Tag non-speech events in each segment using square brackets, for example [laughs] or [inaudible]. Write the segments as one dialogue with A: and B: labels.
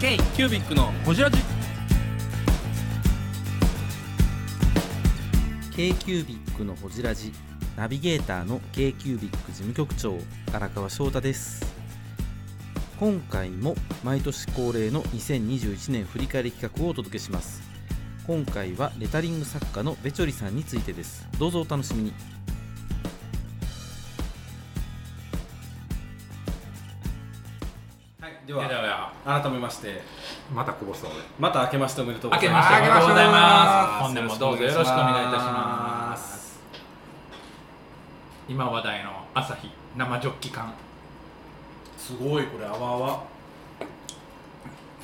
A: ケイキュービックのホジラジ
B: k q u b i c のほじラジナビゲーターの k q u b i c 事務局長荒川翔太です今回も毎年恒例の2021年振り返り企画をお届けします今回はレタリング作家のべちょりさんについてですどうぞお楽しみに
A: はいでは改めまして
C: またこぼすのね
A: また明けましておめでとうご
D: 明
A: ざい
D: けま
A: ま
D: し
A: す
D: ておめでとうございます。
A: 明け
D: 本年
A: ま
D: も
A: してお
D: どうぞ
A: め
D: よ
A: でとうご
D: ろしく
A: ざ
D: お
A: い
D: 願いいたし
A: ま
D: ますす。今話題の朝日生ジョッキ缶。
A: すごいこれあわあわ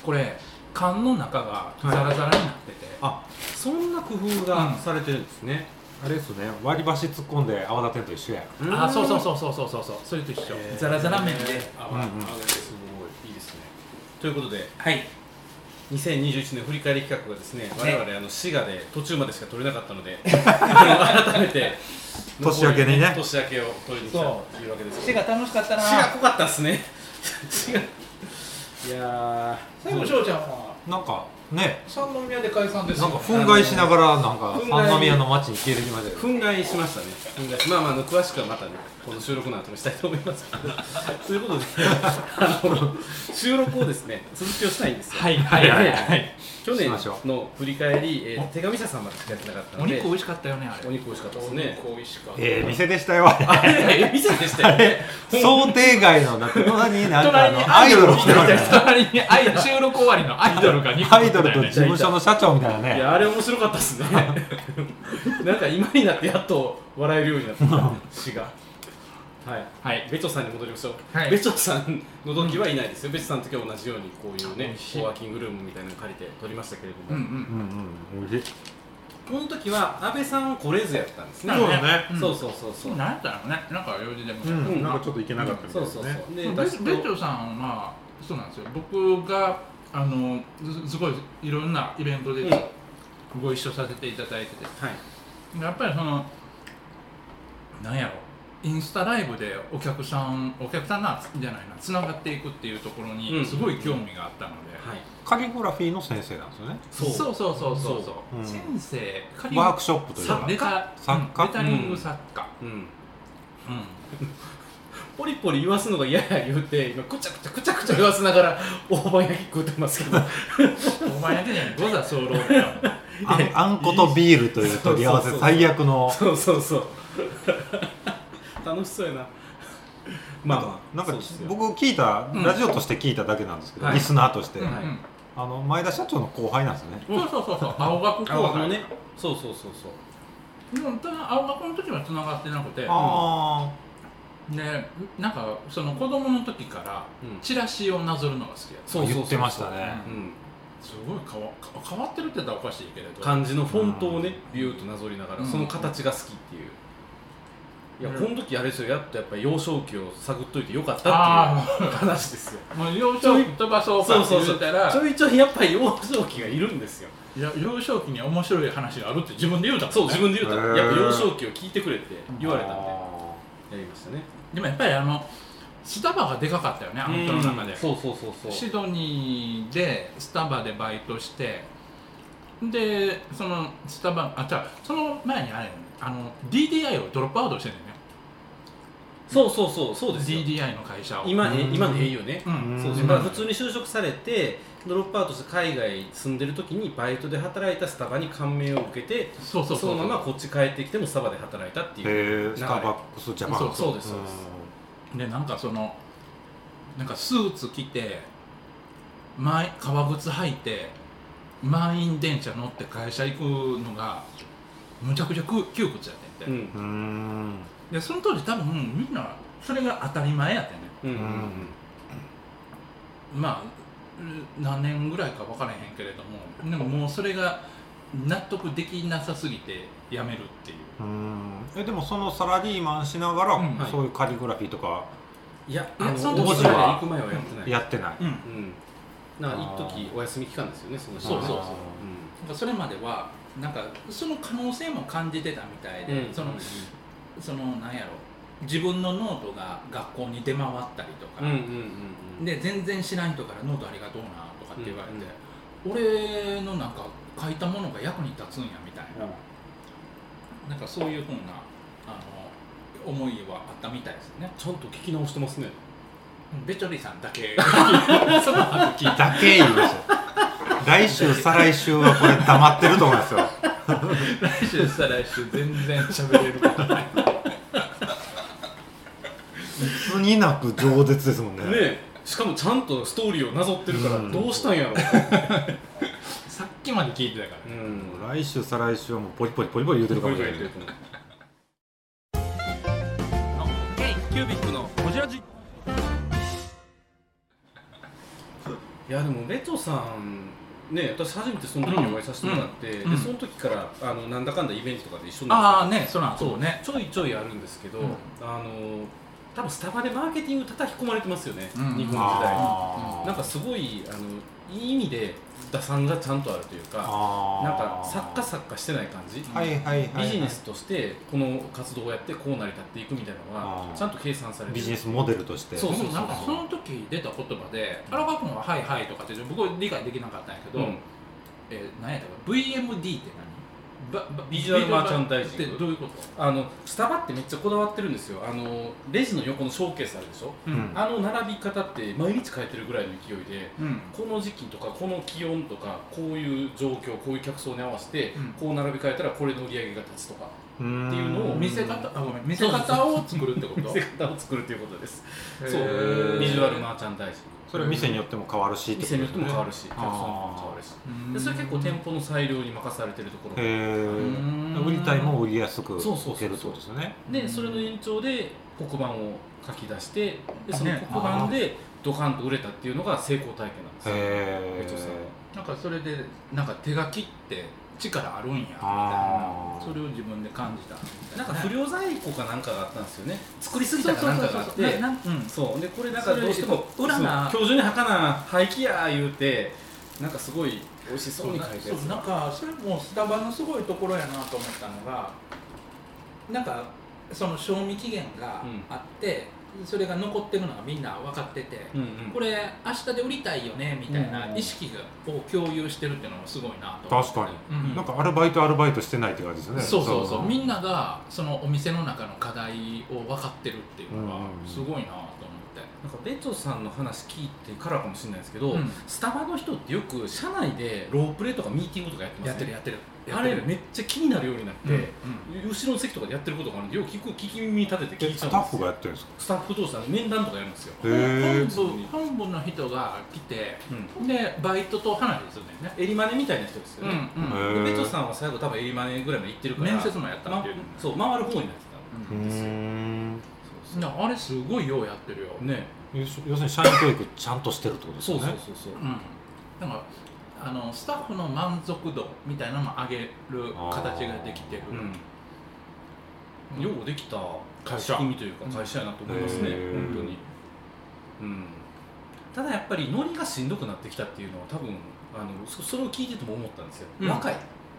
D: これ缶の中がザラザラになってて、
A: あそんな工夫がされてるんですね、
C: あれですね割り箸突っ込んで泡立てんと一緒や
D: あそうそうそうそうそうそうそうそれと一緒。ザラザラ麺で。
A: あわあわ
C: うんうん
A: すごいいいですねということで
D: はい。
A: 2021年振り返り企画がですね我々あの滋賀で途中までしか撮れなかった [laughs] のであの改めて
C: 年明けにね
A: 年明けを撮りに来たというわけです
D: が楽しかった
A: 滋賀濃かったっすね滋賀いや
D: 最後翔ちゃんは
C: なんかね
D: 三宮で解散ですよ
C: なんか憤慨しながらなんか
A: 憤慨
C: 三宮の街に消えてきました
A: ー
C: よ
A: 憤慨しましたね憤慨しまあまああの詳しくはまたねこの収録の後にしたいと思いますけ [laughs] どということであの収録をですね続きをしたいんですよ
D: はいはいはいはい。
A: 去
C: し
A: 年
C: ましょ
A: の振り返り、えー手紙社さんまでしかやってなかった
D: お
A: ので
D: 肉美味しかったよねあれ。
A: お肉美味しかったですね
D: お肉美味しかった。
C: ええ店でしたよあれ
A: あれえ店でしたよね
C: [laughs] 想定外のだって隣になんかあ
D: 隣に
C: のアイドル来てましたよ
D: 隣にアイ収録終わりのアイドルが2個
C: [laughs] アイドルと事務所の社長みたいないね
A: やあれ面白かったですねなんか今になってやっと笑えるようになってきた詩がはい
D: はい
A: ベチョさんに戻りましょう、
D: はい
A: ベチョさんの時はいないですよ、ベチョさんの時は同じようにこういう
D: 美
A: ね
D: 味しい
A: コワーキングルームみたいなの借りて撮りましたけれども、
D: うんう
C: うんんうん美味しい
A: この時は安倍さんは来れずやったんですね
D: そうだねうん
A: そうそうそうそう、
D: そうなんやったのねなんか用事でも
C: う
D: やった
C: ん
D: な
C: なんかちょっといけなかったみた
A: そ
C: いうです
A: そうそうで
C: ね
D: そうベ
A: 私と
D: ベッチョさんはそうなんですよ僕があのすすごいいろんなイベントで
A: うん
D: ご一緒させていただいてて
A: はい
D: やっぱりそのなんやろインスタライブでお客さんお客さんなじゃないなつながっていくっていうところ
A: うん
D: にすごい興味があったので、
A: はい
C: カリグラフィーの先生なんですよね
A: そう
D: そうそうそうそうそう
C: うん
D: 先生仮に
C: ワークショップという
D: さ
C: か
D: レタ
C: 作家
D: うんレタリング作家、
A: うん
D: うん
A: ポリポリ言わすのが嫌や言うて今くちゃくちゃくちゃくちゃ言わせながら [laughs] 大判焼き食うてます [laughs] けど
D: お前だけじゃない五座候だよ
C: あんあんことビールという取り合わせ最悪の
A: そうそうそう [laughs] 楽しそうやなまあ
C: なんか
A: そうっすよ
C: 僕聞いたラジオとして聞いただけなんですけど
A: はい
C: リスナーとして
D: うん、
A: はい
D: うん
C: あの前田社長の後輩なんですね
D: そうそうそうそう青学
A: あ
D: 後
A: あの
D: 輩
A: ねそうそうそうそう
D: でもただ青学の時はつながってなくて
C: あ
D: でなんかその子供の時から
A: うん
D: チラシをなぞるのが好きやった
C: あ言ってましたね
A: うん
D: すごい変わか変わってるって言ったらおかしいけれど
A: 漢字のフォントをねビューとなぞりながら
D: うん
A: その形が好きっていういや
D: うん
A: この時あれですよやっとやっぱり幼少期を探っといてよかった
D: あ
A: っていう話ですよ
D: あもう幼少期飛ばそうかって言ったら
A: ちょいちょいやっぱり幼少期がいるんですよ
D: いや幼少期に面白い話があるって自分で言うたもん
A: そう自分で言うた
C: へ
A: ら
C: ー
A: やっぱ幼少期を聞いてくれって言われたんで
C: あ
A: やりましたね
D: でもやっぱりあのスタバがでかかったよねあの人の中で
A: そうそうそうそう
D: シドニーでスタバでバイトしてでそのスタバあじゃその前にあれよねあの DDI をドロップアウトしてんだよね
A: そうそうそうそうですよ
D: DDI の会社を
A: 今ね
C: うん
A: 今の au ね
D: う
C: うん
D: ん
A: そうですまあ普通に就職されてドロップアウトして海外住んでる時にバイトで働いたスタバに感銘を受けて
D: そうそうそう
A: そのままこっち帰ってきてもスタバで働いたってい
C: ー
A: う
C: へえスターバックスジャパン
D: そう
A: そうですそうです
D: でなんかそのなんかスーツ着て前革靴履いて満員電車乗って会社行くのがむちゃくちゃ窮窮屈やってん
A: う
D: て、
A: ん
C: うーん
D: でその当時多分みんなそれが当たり前やってね
A: うん
D: まあう何年ぐらいか分からへんけれどもでももうそれが納得できなさすぎて辞めるっていう
C: うーんえでもそのサラリーマンしながら、
D: うん
A: はい
C: そういうカリグラフィーとか
A: いや
D: いや
A: あの
D: そ
C: の
A: 大
C: 時
A: 島
C: は
A: 行く前はやってない
C: やってない、
D: うん
A: うんなんか一時お休み期間ですよねその人はね
D: そう
C: そうそう
D: なんかそれまではなんかその可能性も感じてたみたいで、
A: うん
D: そのそのなんやろ自分のノートが学校に出回ったりとか、
A: うんうんうんうん
D: で全然知らん人からノートありがとうなとかって言われて、
A: うん
D: 俺のなんか書いたものが役に立つんやみたいな、なんかそういうふうなあの思いはあったみたいですね
A: ちゃんと聞き直してますね
D: ベチョリさんだ [laughs] け
C: だけ言いました [laughs] 来週再来週はこれ黙ってると思いますよ
D: 来週再来週全然喋れることない
C: 普通になく饒舌ですもんね
A: ねえしかもちゃんとストーリーをなぞってるか
C: う
A: ら
C: ん
A: どうしたんやろう、
D: さっきまで聞いてたから
A: う
C: も
A: ん
C: う来週再来週はもうポリポリポリポリ言うてるかもしれない
B: キュービックのホジラジ
A: いやでもレトさんね私初めてその時にお会いさせてもらって、
D: うんう
A: で
D: ん
A: その時からあのなんだかんだイベントとかで一緒に
D: あ
A: な
D: あねそうなん
A: って
D: そうね
A: ちょいちょいあるんですけど、
D: うん
A: あの多分スタバでマーケティング叩き込まれてますよね、
D: うん
A: 日本時代
C: あー
A: なんかすごいあのいい意味で打算がちゃんとあるというか
C: あー
A: なんか作家作家してない感じ、
C: はいはいはいはい
A: ビジネスとしてこの活動をやってこう成り立っていくみたいなの
C: あ
A: が
C: ー
A: ちゃんと計算されてる
C: ビジネスモデルとして
A: そうそう
D: なんかその時出た言葉で荒川君は「はいはい」とかって僕は理解できなかったんやけ
A: う
D: ど、
A: ん、
D: えー、何やったか VMD って何ばば
A: ビジュアルマーチャンダイジング
D: ってどういうこと
A: あのスタバってめっちゃこだわってるんですよあのレジの横のショーケースあるでしょ
D: う
C: うん
A: あの並び方って毎日変えてるぐらいの勢いで
D: うん
A: この時期とかこの気温とかこういう状況こういう客層に合わせて、
D: うん
A: こう並び替えたらこれの売り上げが立つとか
C: うん
A: っていうのを
D: 見せ方あごめん見せ方を作るってこ
A: [laughs] 見
D: と
A: せ方を作るということです
D: へー
A: そうビジュアルマーチャンダイジン
C: それは店によっても変わるしっ
A: グ
C: てこ
A: 店
C: と
A: に
C: で
A: よっ
C: す
A: て
C: ね
A: も変わるし客層にも変わるしでそれ結構店舗の裁量に任されてるところが
C: へ
D: う
C: ー
D: ん
C: 売りたいもんを売りやすく
A: そうそうそうそう
C: 受けるってことですよね
A: でそれの延長で黒板を書き出してでその
D: ね
A: 黒板でドカンと売れたっていうのが成功体験なんですよ
C: へ
A: めっちゃそう
C: え
D: なんかそれでなんか手書きって力あるんやみたいな
C: あー
D: それを自分で感じたみたい
A: なんか不良在庫かなんかがあったんですよね作りす
D: そう
A: ぎ
D: そ
A: た
D: う
A: か
D: そう
A: なんか
D: そう
A: があって
D: ななんうん
A: そうでこれなんかどうしても
D: それ裏な
A: そう今日中に儚な廃棄や言うてなんかすごい美味しそうに書いて
D: そうなんかそれもスタバのすごいところやなと思ったのがなんかその賞味期限があって、それが残ってるのがみんな分かってて、
A: うんうん
D: これ明日で売りたいよねみたいな
A: うん
D: 意識がを共有してるっていうのがすごいなと思って
C: 確かに
D: うん
C: なんかアルバイトアルバイトしてないって感じですよね
D: そうそうそうみんながそのお店の中の課題を分かってるっていうのが
C: うん
D: すごいなと思って。
A: なんかベッチョさんの話聞いてからかもしれないですけど、
D: うん
A: スタバの人ってよく社内でロープレとかミーティングとかやってます
D: やってるやってる
A: あれめっちゃ気になるようになって、
D: うんうん
A: 後ろの席とかでやってることがあるんでよく聞く聞き耳立てて聞い
C: え
A: ちゃ
C: ス
A: うん
C: タ
A: で
C: ッ
A: す
C: フが
A: よ
C: やってるんですか
A: スタッフ同士さん面談とかやるんですよ、
C: へ
D: 本
C: ー
D: 部本部の人が来て
A: うん、
D: でバイトと話をするんだよね
A: エリマネみたいな人ですよね、
C: へ
D: うん
A: で
C: ー
A: ベッチョさんは最後多分エリマネぐらいまで行ってるから
D: 面接もやったっていう、
A: まそう回る方になってた
C: うーん
A: そう
D: うんなあれすごいようやってるよ、
A: ね
C: 要す要するに社員教育ちゃんとしてるってことです
A: そ
C: よ
A: う
C: ね
A: そうそうそう、
D: うん、なんかあのスタッフの満足度みたいなのも上げる形ができてる、
A: うん、ようできた
D: 会社
A: 仕組みというか会社やなと思いますね、
C: へー
A: 本当に、うん、ただやっぱりノリがしんどくなってきたっていうのは多分あのそそれを聞いてても思ったんですよ、
D: うん
A: 若い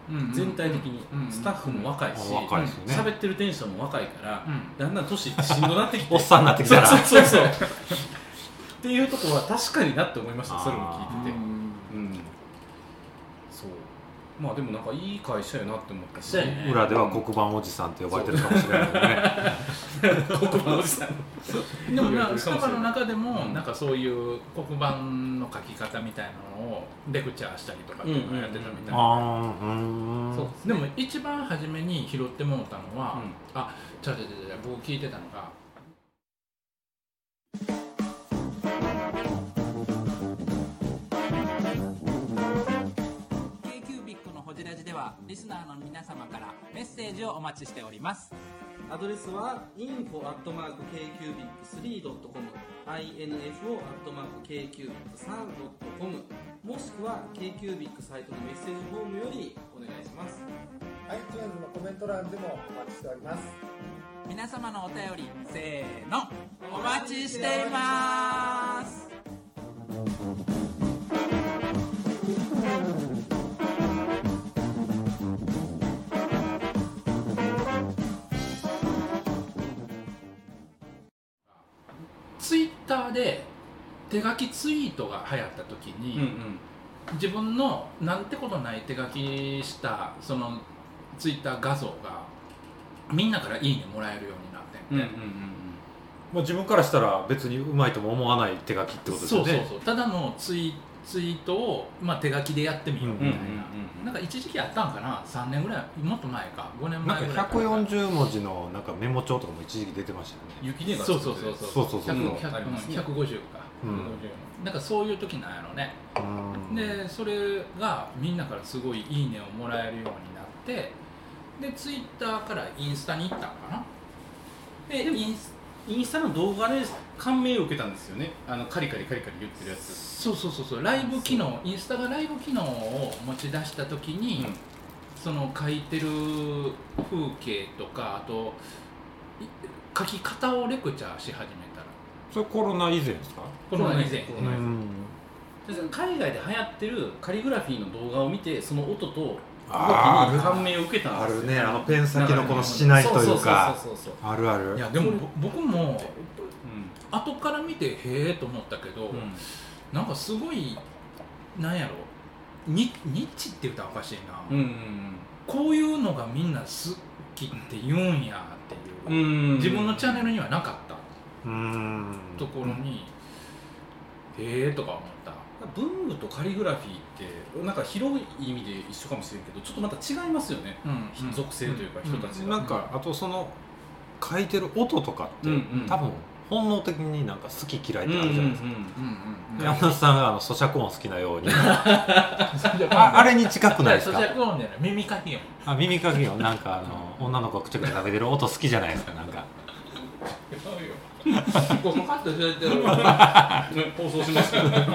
D: うんうん
A: 全体的に、
D: うん
A: スタッフも若いし
C: あ若いですよね
A: 喋ってるテンションも若いから、
D: うん
A: だんだん年いってしんどなってきて
C: [laughs] おっさんになってきたら
A: そうそうそうそうっていうところは確かになって思いましたそれも聞いててうんそうまあでもなんかいい会社やなって思ったし
D: そうやね
C: 裏では黒板おじさんって呼ばれてるかもしれ
A: [laughs]
C: ないよね
A: 黒板おじさん
D: でもなスタバの中でも、
A: うん
D: なんかそういう黒板の書き方みたいなのをレクチャーしたりとかっていうのをやってたみたいな、
C: ああうーん
A: そう
D: でも一番初めに拾ってもうたのは、
A: うん
D: あちゃうちゃうちゃうちゃう僕聞いてたのが
E: 「k q b i c のほじラジ」ではリスナーの皆様からメッセージをお待ちしております
F: アドレスは info.kcubic3.com info.kcubic3.com もしくは KQBIC サイトのメッセージフォームよりお願いします
G: はい、チューンのコメント欄でもお待ちしております。
E: 皆様のお便りせーのお待ちしています
D: ツイッターで手書きツイートが流行った時に、
A: うんうん
D: 自分のなんてことない手書きしたそのツイッター画像がみんなから「いいね」もらえるようになってんて、
A: うんうん
C: まあ、自分からしたら別にうまいとも思わない手書きってことです
D: そ
C: よ
D: う
C: ね
D: そうそうただのツイツイートを、まあ、手書きでやってみようみたいな、
A: うんうんうんうん
D: なんか一時期あったんかな3年ぐらいもっと前か5年
C: な
D: 前ぐ
C: ん
D: らい
C: か140文字のなんかメモ帳とかも一時期出てましたよね
A: 雪姉が
D: そ
A: 作
D: う
A: って
D: そう
A: る
D: そう
C: そうそうそう
D: 100 100
A: ありますね
D: 150か、
C: うん
D: 150なんかそういう時なんやろね、
C: うん
D: でそれがみんなからすごいいいねをもらえるようになってでツイッターからインスタに行ったんかなでインス
A: インスタの動画で感銘を受けたんですよねあのカリカリカリカリ言ってるやつ
D: そうそうそうそうライブ機能インスタがライブ機能を持ち出した時に、
A: うん
D: その書いてる風景とかあとい書き方をレクチャーし始めたら
C: それコロナ以前ですか
D: この以前
A: そうね海外で流行ってるカリグラフィーの動画を見てその音と動きに
C: あーある
A: 感銘を受けた
C: あ
A: んですよ
C: るねあのペン先のこのしないというか
A: そうそうそうそう
C: あるある
D: いやでもぼ僕も
A: そう
D: 後から見てへえと思ったけど、
A: うんうん
D: なんかすごいなんやろニニッチって言ったらおかしいな、
A: うん
D: こういうのがみんな好きって言うんやって
A: う
D: い
A: ん
D: う、
A: うん
D: 自分のチャンネルにはなかった
C: うん
D: ところに、へえとか思った
A: 文具とカリグラフィーってなんか広い意味で一緒かもしれんけどちょっとまた違いますよね
D: うん、うん
A: 属性というか人たち
C: なんかあとその書いてる音とかって、
A: うんうん
C: 多分本能的になんか好き嫌いってあるじゃないですか、
D: うんうんうん
C: 山本さんがあの咀嚼音好きなようにあ
D: あ
C: あれに近くないです
D: そ
C: か
D: し音じゃない耳かき音
C: [laughs] あ耳かきをなんかあの女の子がくちゃくちゃ食べてる音好きじゃないですかなんか
D: こうカットされてる
A: 放送しましたね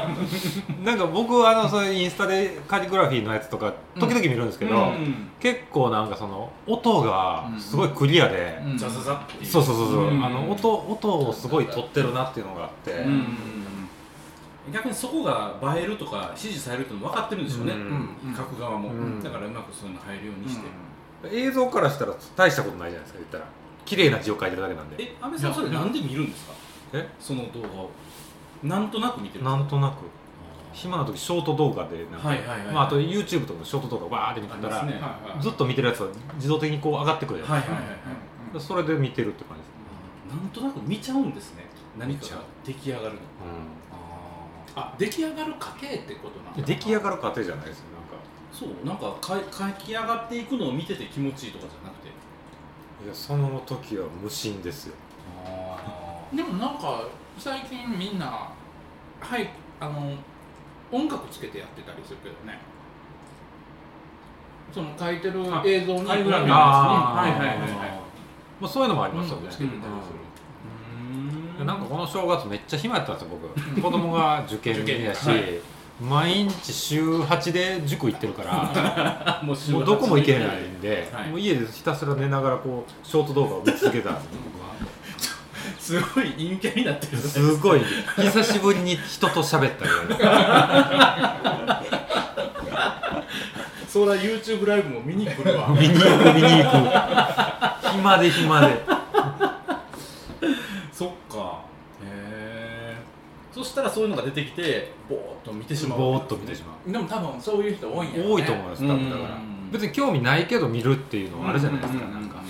C: なんか僕あのそれインスタでカリグラフィーのやつとか時々見るんですけど、結構なんかその音がすごいクリアで、
D: うん
A: ザザザっていう
C: そうそうそうそう、
A: うん
C: あの音音をすごい取ってるなっていうのがあって、
A: うんうんうん逆にそこが映えるとか支持されるっていうの分かってるんでしょうね、
C: うん
A: 書く側も、
C: うん
A: だからうまくそういうの入るようにして、
C: 映像からしたら大したことないじゃないですか言ったら綺麗な字を書いてるだけなんで
A: え安倍さんそれなんで見るんですか
C: え
A: その動画をなんとなく見てるんですか
C: なんとなく暇な時ショート動画でなんか
A: はいはいはい
C: まあ、あと YouTube とかのショート動画バーって見てた
A: あ
C: ら、
A: りますね
D: はい
C: ずっと見てるやつは自動的にこう上がってくるじゃない
A: はい
C: で
A: はいはいはい
C: すかそれで見てるって感じです、
A: なんとなく見ちゃうんですね何
C: 見
A: か
C: ちゃ
A: が
C: う
A: 出来上がるの
D: あ出来上がる過程ってことなん
C: で
D: だ
C: 出来上がる過程じゃないですよなんか
A: そうなんかか書き上がっていくのを見てて気持ちいいとかじゃなくて
C: いやその時は無心ですよ
D: でもなんか最近みんなはいあの音楽つけてやってたりするけどねその書いてる映像に
A: カリグラフィーのやつね
C: あ
D: はい
C: ー
D: はいはいはい
C: まあ、そういうのもありますよ
D: うん
C: ね、
D: つけてたり
A: う
C: なんかこの正月めっちゃ暇やったんですよ僕子供が受験やし、
A: 受験
C: 毎日週8で塾行ってる [laughs] から
A: かもう
C: もうどこも行けないんで、
A: はい
C: もう家でひたすら寝ながらこうショート動画を見続けたんですよ僕は [laughs]
A: すごい陰キャになってるね
C: すごい久しぶりに人と喋ったぐらい
A: そりゃ YouTube ライブも見に来るわ [laughs]
C: [laughs] 見に行く見に行く暇で暇で
A: そっかへえそしたらそういうのが出てきてぼーっと見てしまう
C: ぼーっと見てしまう
D: でも多分そういう人多いんやろね
C: [laughs] 多いと思います多分だから
A: うん
C: 別に興味ないけど見るっていうのはあるじゃないですか
A: うん
C: なんか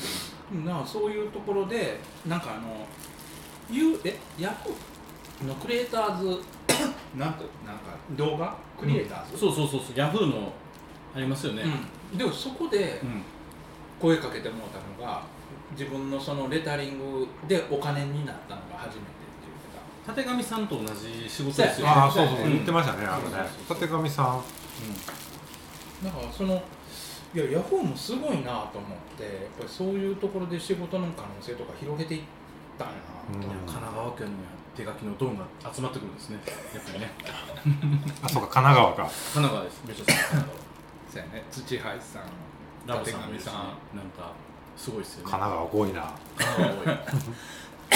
D: なんかそういうところでなんかあのゆえヤフーのクリエイターズなんとなんか動画クリエイターズ、
A: そうそうそうそうヤフーのありますよね
D: うんでもそこで
A: うん
D: 声かけてもらったのが自分のそのレタリングでお金になったのが初めてっていう
A: た
D: か
A: てがみさんと同じ仕事ですよね
C: ああそうそう
A: うん
C: 言ってましたねあのねたてがみさん
D: だからそのいやヤフーもすごいなと思ってやっぱりそういうところで仕事の可能性とか広げていったんやなと、
C: うん
A: 神奈川県には手書きのドンが集まってくるんですねやっぱりね
C: あそうか神奈川か
A: 神奈川ですめちゃくちゃ神奈
D: そうやね土橋さん
A: 川ラブ
D: 立
A: さんもい
D: 上
A: るし
D: さ
A: ね
D: ん
A: なんかすごいですよね
C: 神奈川多いな
A: 川多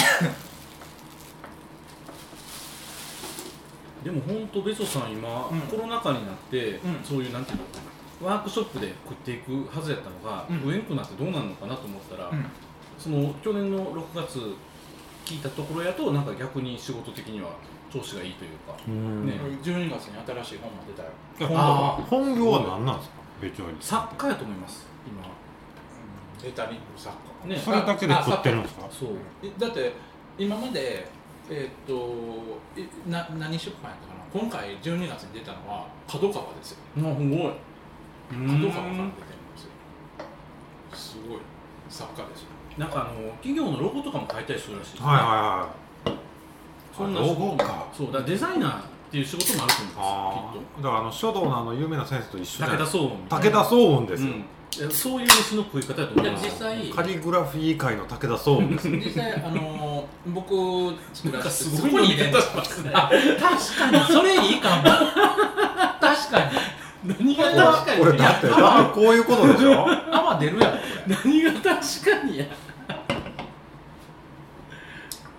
A: い [laughs] でも本当ベソさん今、
D: うん
A: コロナ禍になって、
D: うん
A: そういうなんていうのワークショップで食っていくはずやったのが、
D: うん
A: 食えんくなってどうなるのかなと思ったら、
D: うん
A: その去年の6月聞いたところやとなんか逆に仕事的には調子がいいというか、
C: うん
A: ね、12月に新しい本が出たら
C: あー本業は何なんですか別に
A: 作家やと思います今
D: データリンク作家
A: ね
C: それだけで食ってるんですか
A: そう
D: えだって今までえーっとえな何出版やったかな今回12月に出たのは角川ですよ
A: あすごい
D: 角川さん出てるんですよすごい作家ですよ
A: なんかあの企業のロゴとかも変えたりするらしいですね、
C: はいは
A: そんな
C: あロゴか
A: そうだからデザイナーっていう仕事もあると
C: いは
A: 思
C: い
A: うんで
C: あーだからあの書道のあの有名な先生と一
A: す
C: 緒じ
A: よ
C: ゃ
A: き
C: な
A: っ
C: い
A: と武田総務
C: 武田総雲ですよ、
A: です、うん、そういう飯の食い方やと思
D: で
A: い
D: も
A: ます
D: 実際
C: カリグラフィー界の武田総雲です
D: 実際あのー、僕作らせて
A: すごい
D: そこ
A: の
D: に
A: 見
D: 入れ
A: てた
D: んの
A: しますね
D: 確かにそれいいかも確かに
A: 何が確かに
C: これだってだってこういうことでしょ [laughs]
D: 泡出るやろこれ
A: 何が確かにや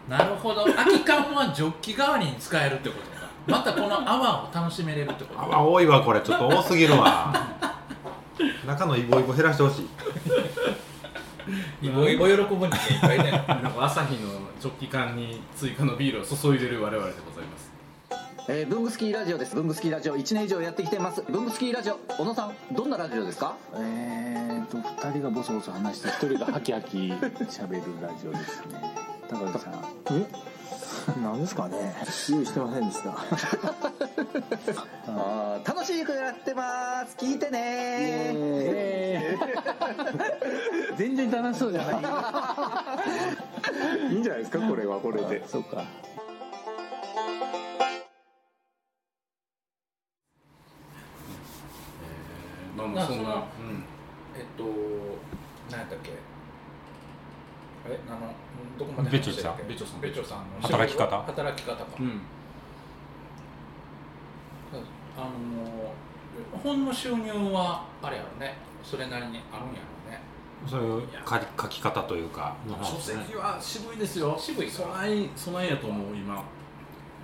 D: なるほど空き缶はジョッキ代わりに使えるってことかまたこの泡を楽しめれるってこと
C: あ多いわこれちょっと多すぎるわ中のイボイボ減らしてほしい
D: イボイボ喜ぶ人がいっぱいいね
A: なんか朝日のジョッキ缶に追加のビールを注いでる我々でございます
H: えー、ブングスキーラジオです。ブングスキーラジオ1年以上やってきてます。ブングスキーラジオ、小野さん、どんなラジオですかえーと、2人がボソボソ話して、1人がハキハキ喋るラジオですね。高木さん。えなんですかね用意してません [laughs] でした。あー楽しい曲やってます。聞いてね [laughs] 全然楽しそうじゃない。いいんじゃないですか、これはこれで。そうか。
A: まあ
D: ま
A: ま
D: あ
A: あそん
D: そ
A: な
D: のえっと何やったっけあれあのどこまで話してたっけ
A: ベチョさん
D: ベチョさんの
C: 働き方
D: 働き方か、
A: うん、うん
D: あの本の収入はあれやろねそれなりにあるんやろね
C: そういう書き書き方というかの
A: 書
C: 話ね
A: 籍は渋いですよ
D: 渋いか
A: そないそないやと思う今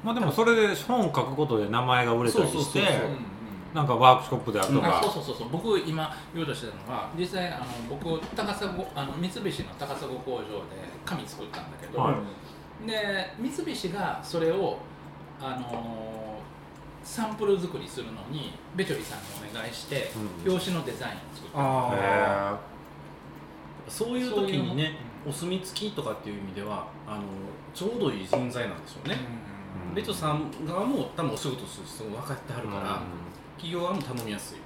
C: まあでもそれで本書くことで名前が売れたり
A: そう
C: し
A: そうそ
C: て
A: うそう
C: なんかワークショップであると
D: あそう
C: か
D: そうそうそう僕今言おうとしてたのは実際あの僕高砂あの三菱の高砂工場で紙作ったんだけど、
C: はい
D: で三菱がそれを、あのーサンプル作りするのにベチョリさんにお願いして、
C: うん
D: 表紙のデザインを作った
A: あ
C: へ
A: そういう時にねお墨付きとかっていう意味ではあのちょうどいい人材なんでしょうね、
C: うん
A: ベチョさん側も多分お仕事する人も分かっては
C: ー
A: るから、企業側も頼みやすい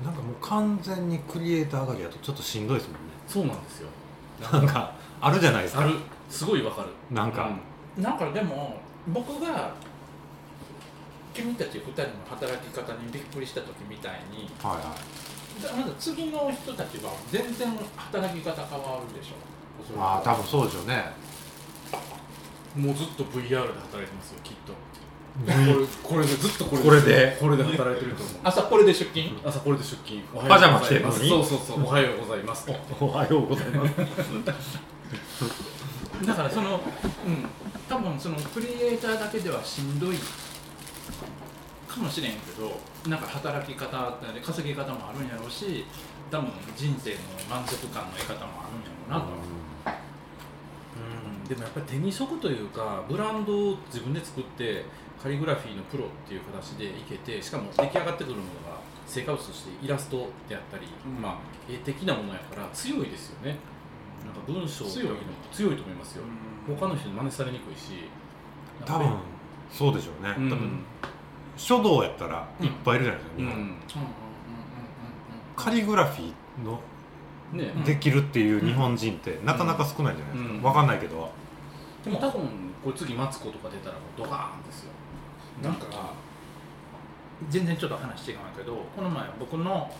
C: うんなんかもう完全にクリエイター上がりだとちょっとしんどいですもんね
A: そうなんですよ
C: [laughs] なんかあるじゃないです
A: あ
C: か
A: るすごい分かる
C: なんか、
D: なんかでも僕が君たち2人の働き方にびっくりした時みたいに
C: はいはい
D: だまだ次の人たちは全然働き方変わるでしょおそらく
C: まあ多分そうでしょうね
A: うんもうずっと VR で働いてますよきっとこれこれでずっとこれ
C: これで
A: これで働いてると思う
D: 朝これで出勤
A: 朝これで出勤おはよう
C: パジャマ着てるのに
A: そうそうそうおはようございますと
C: おはようございます
D: だからその、うん、多分そのクリエイターだけではしんどいかもしれんけどなんか働き方だったり稼ぎ方もあるんやろうし多分人生の満足感の得方もあるんやろうなと、
A: うんでもやっぱり手に職というかブランドを自分で作ってカリグラフィーのプロっていう形でいけてしかも出来上がってくるものが成果物としてイラストであったり、まあ、絵的なものやから強いですよねなんか文章
D: 強い
A: とか強いと思いますよ他の人に真似されにくいし
C: 多分そうでしょうね、
A: うん
C: 多分書道やったらいっぱいいるじゃないですか、
A: う
C: 日本
A: ん
C: カリグラフィーの
A: ね
C: できるっていう日本人ってなかなか少ないじゃないですか、
A: うん
C: わかんないけど
A: でも多分これ次マツコとか出たらもうドカーンですよ
D: なんか全然ちょっと話違うんやけどこの前僕の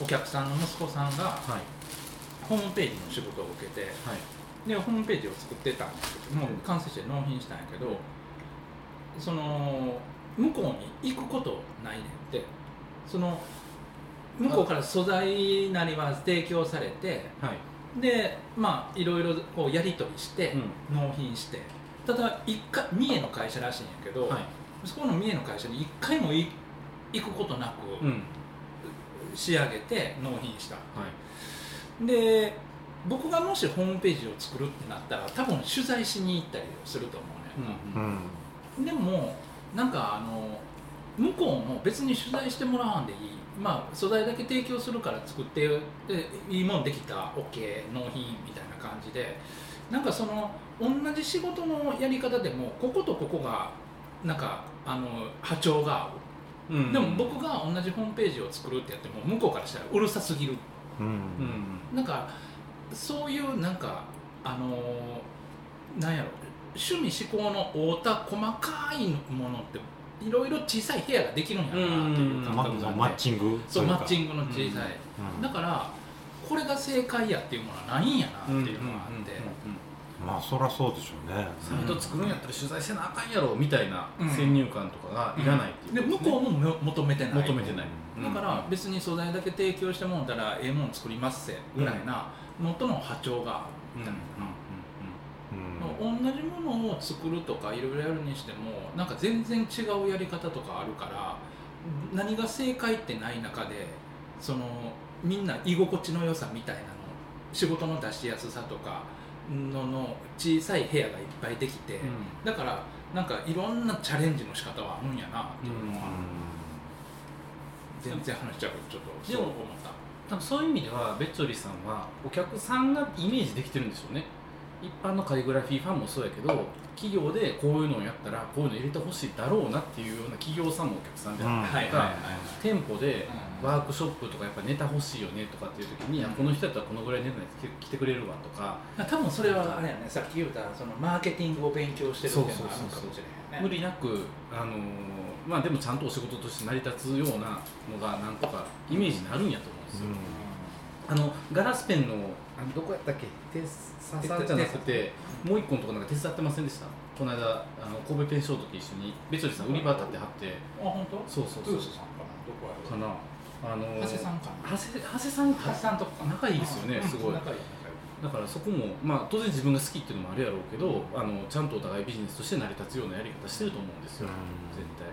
D: お客さんの息子さんが
A: はい
D: ホームページの仕事を受けて
A: はい
D: でホームページを作ってたんですけどもう完成して納品したんやけどその向こうに行くことないねんってその向こうから素材なりは提供されて
A: はい
D: でまあいろいろこうやり取りして納品して、ただ一回三重の会社らしいんやけど、
A: はい
D: そこの三重の会社に一回もい行くことなく
A: うん
D: 仕上げて納品した、
A: はい
D: で僕がもしホームページを作るってなったら多分取材しに行ったりすると思うね、
C: うん
D: でもなんかあの向こうも別に取材してもらわんでいいまあ素材だけ提供するから作ってでいいもんできた OK 納品みたいな感じでなんかその同じ仕事のやり方でもこことここがなんかあの波長が合うでも僕が同じホームページを作るってやっても向こうからしたらうるさすぎる
C: うん
D: なんかそういうなんかあのーなんやろ趣味思考の合うた細かいものっていろいろ小さい部屋ができるんやろうなっていう感
C: ま
D: 覚があって
C: マッチング
D: そうマッチ
C: ング
D: ングの小さい、だからこれが正解やっていうものはないんやなっていうのがあって、
C: まあそりゃそうでしょうね
A: サイト作るんやったら取材せなあかんやろみたいな
D: うん
A: 先入観とかがいらないっていう、
D: で向こうもも求めてない
A: 求めてない、
D: だから別に素材だけ提供してもらったらええもん作りますせぐらいなのとの波長があるみたいな、
C: うん
D: 同じものを作るとかいろいろやるにしてもなんか全然違うやり方とかあるから何が正解ってない中でそのみんな居心地の良さみたいなの仕事の出しやすさとかのの小さい部屋がいっぱいできて、だからなんかいろんなチャレンジの仕方はあるんやなっていうのは、全然話しちゃうけどちょっとそう思った。
A: 多分そういう意味ではベッチョリさんはお客さんがイメージできてるんでしょうね一般のカリグラフィーファンもそうやけど企業でこういうのをやったらこういうの入れてほしいだろうなっていうような企業さんのお客さんであったりとか、
D: はいはいはいはい
A: 店舗で
D: うん
A: ワークショップとかやっぱネタ欲しいよねとかっていう時に、いやこの人やったらこのぐらいネタに来てくれるわとか
D: 多分それはあれやねさっき言うたそのマーケティングを勉強してるっていうのがあるかもしれへん
A: 無
D: ね
A: 理なく、あのーまあ、でもちゃんとお仕事として成り立つようなのがなんとかイメージになるんやと思うんですよ、あのガラスペンのあのどこやったっけ手ささんじゃなくてもう一個のとこなんか手伝ってませんでしたこの間あの神戸ペンショートと一緒にベチョリさん売り場立ってはって
D: あ本当
A: そうそう
D: ト
A: そう
D: ゥースさんかなどこや
A: か
D: ろ
A: なあのー
D: 長谷さんか
A: 長
D: な
A: 谷長谷さん
D: 長谷さんとか
A: 仲いいですよねすごい
D: 仲いい
A: だからそこも、まあ、当然自分が好きっていうのもあるやろうけどあのちゃんとお互いビジネスとして成り立つようなやり方してると思うんですよ、絶対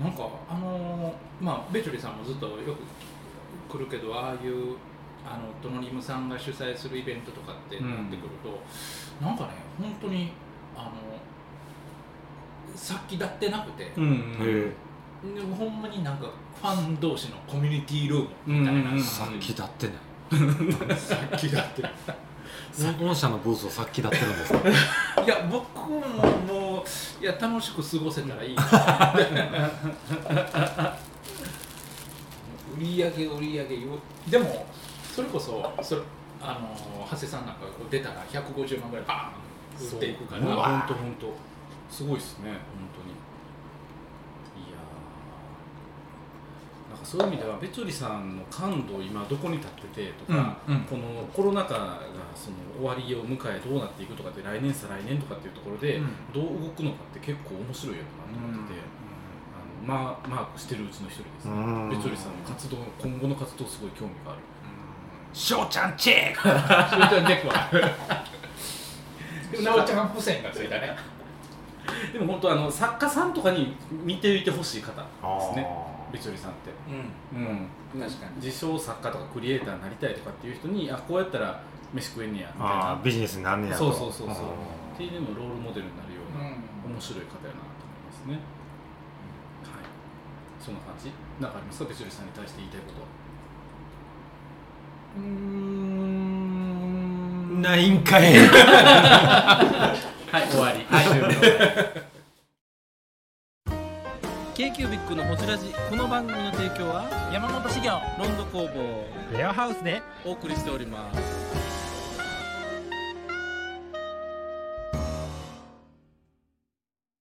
D: なんかあのーまあベチョリさんもずっとよく来るけどああいうあのトノリムさんが主催するイベントとかってなってくると、なんかね本当にあのさっきだってなくて、
A: うん、
C: へ
D: でもほんまになんかファン同士のコミュニティルームみたいな、
A: うんうんうん
C: さっきだってね
D: さっきだって
C: 御社のブースをさっきだってるんですか
D: いや僕ももういや楽しく過ごせたらいいな売り上げ売り上げ言うでもそれこそそれあの長谷さんなんかこう出たら150万ぐらいバーン売っていくから
A: うわ
D: 本
A: 本当本当すごいですね本当にいやーなんかそういう意味ではベチョリさんの感度今どこに立っててとか、
D: うんうん
A: このコロナ禍がその終わりを迎えどうなっていくとかって来年再来年とかっていうところで、
D: うん
A: どう動くのかって結構面白いやろなと思ってて、あのまあマークしてるうちの一人です、
C: うん
A: ベチョリさんの活動今後の活動すごい興味がある [laughs]
C: 翔ちゃんチェック
D: 当にネクはでもなおちゃん付箋がついたね
A: でも本当あの作家さんとかに見ていてほしい方ですね
C: あー
A: ベチョリさんって
D: う
A: うん
D: ん確かに
A: 自称作家とかクリエイターになりたいとかっていう人にあこうやったら飯食えんねやみたい
C: あ
A: な
C: ービジネスになんねや
A: そ
C: と
A: うそうそうそうっていうのもロールモデルになるような面白い方やなと思いますね、はいそんな感じなんかありますかベチュリさんに対して言いたいこと
C: うんないんかい
A: はい終わりはい
B: k q b i c のホジラジこの番組の提供は
E: 山本修行
B: ロンド工房
C: レアハウスで
B: お送りしております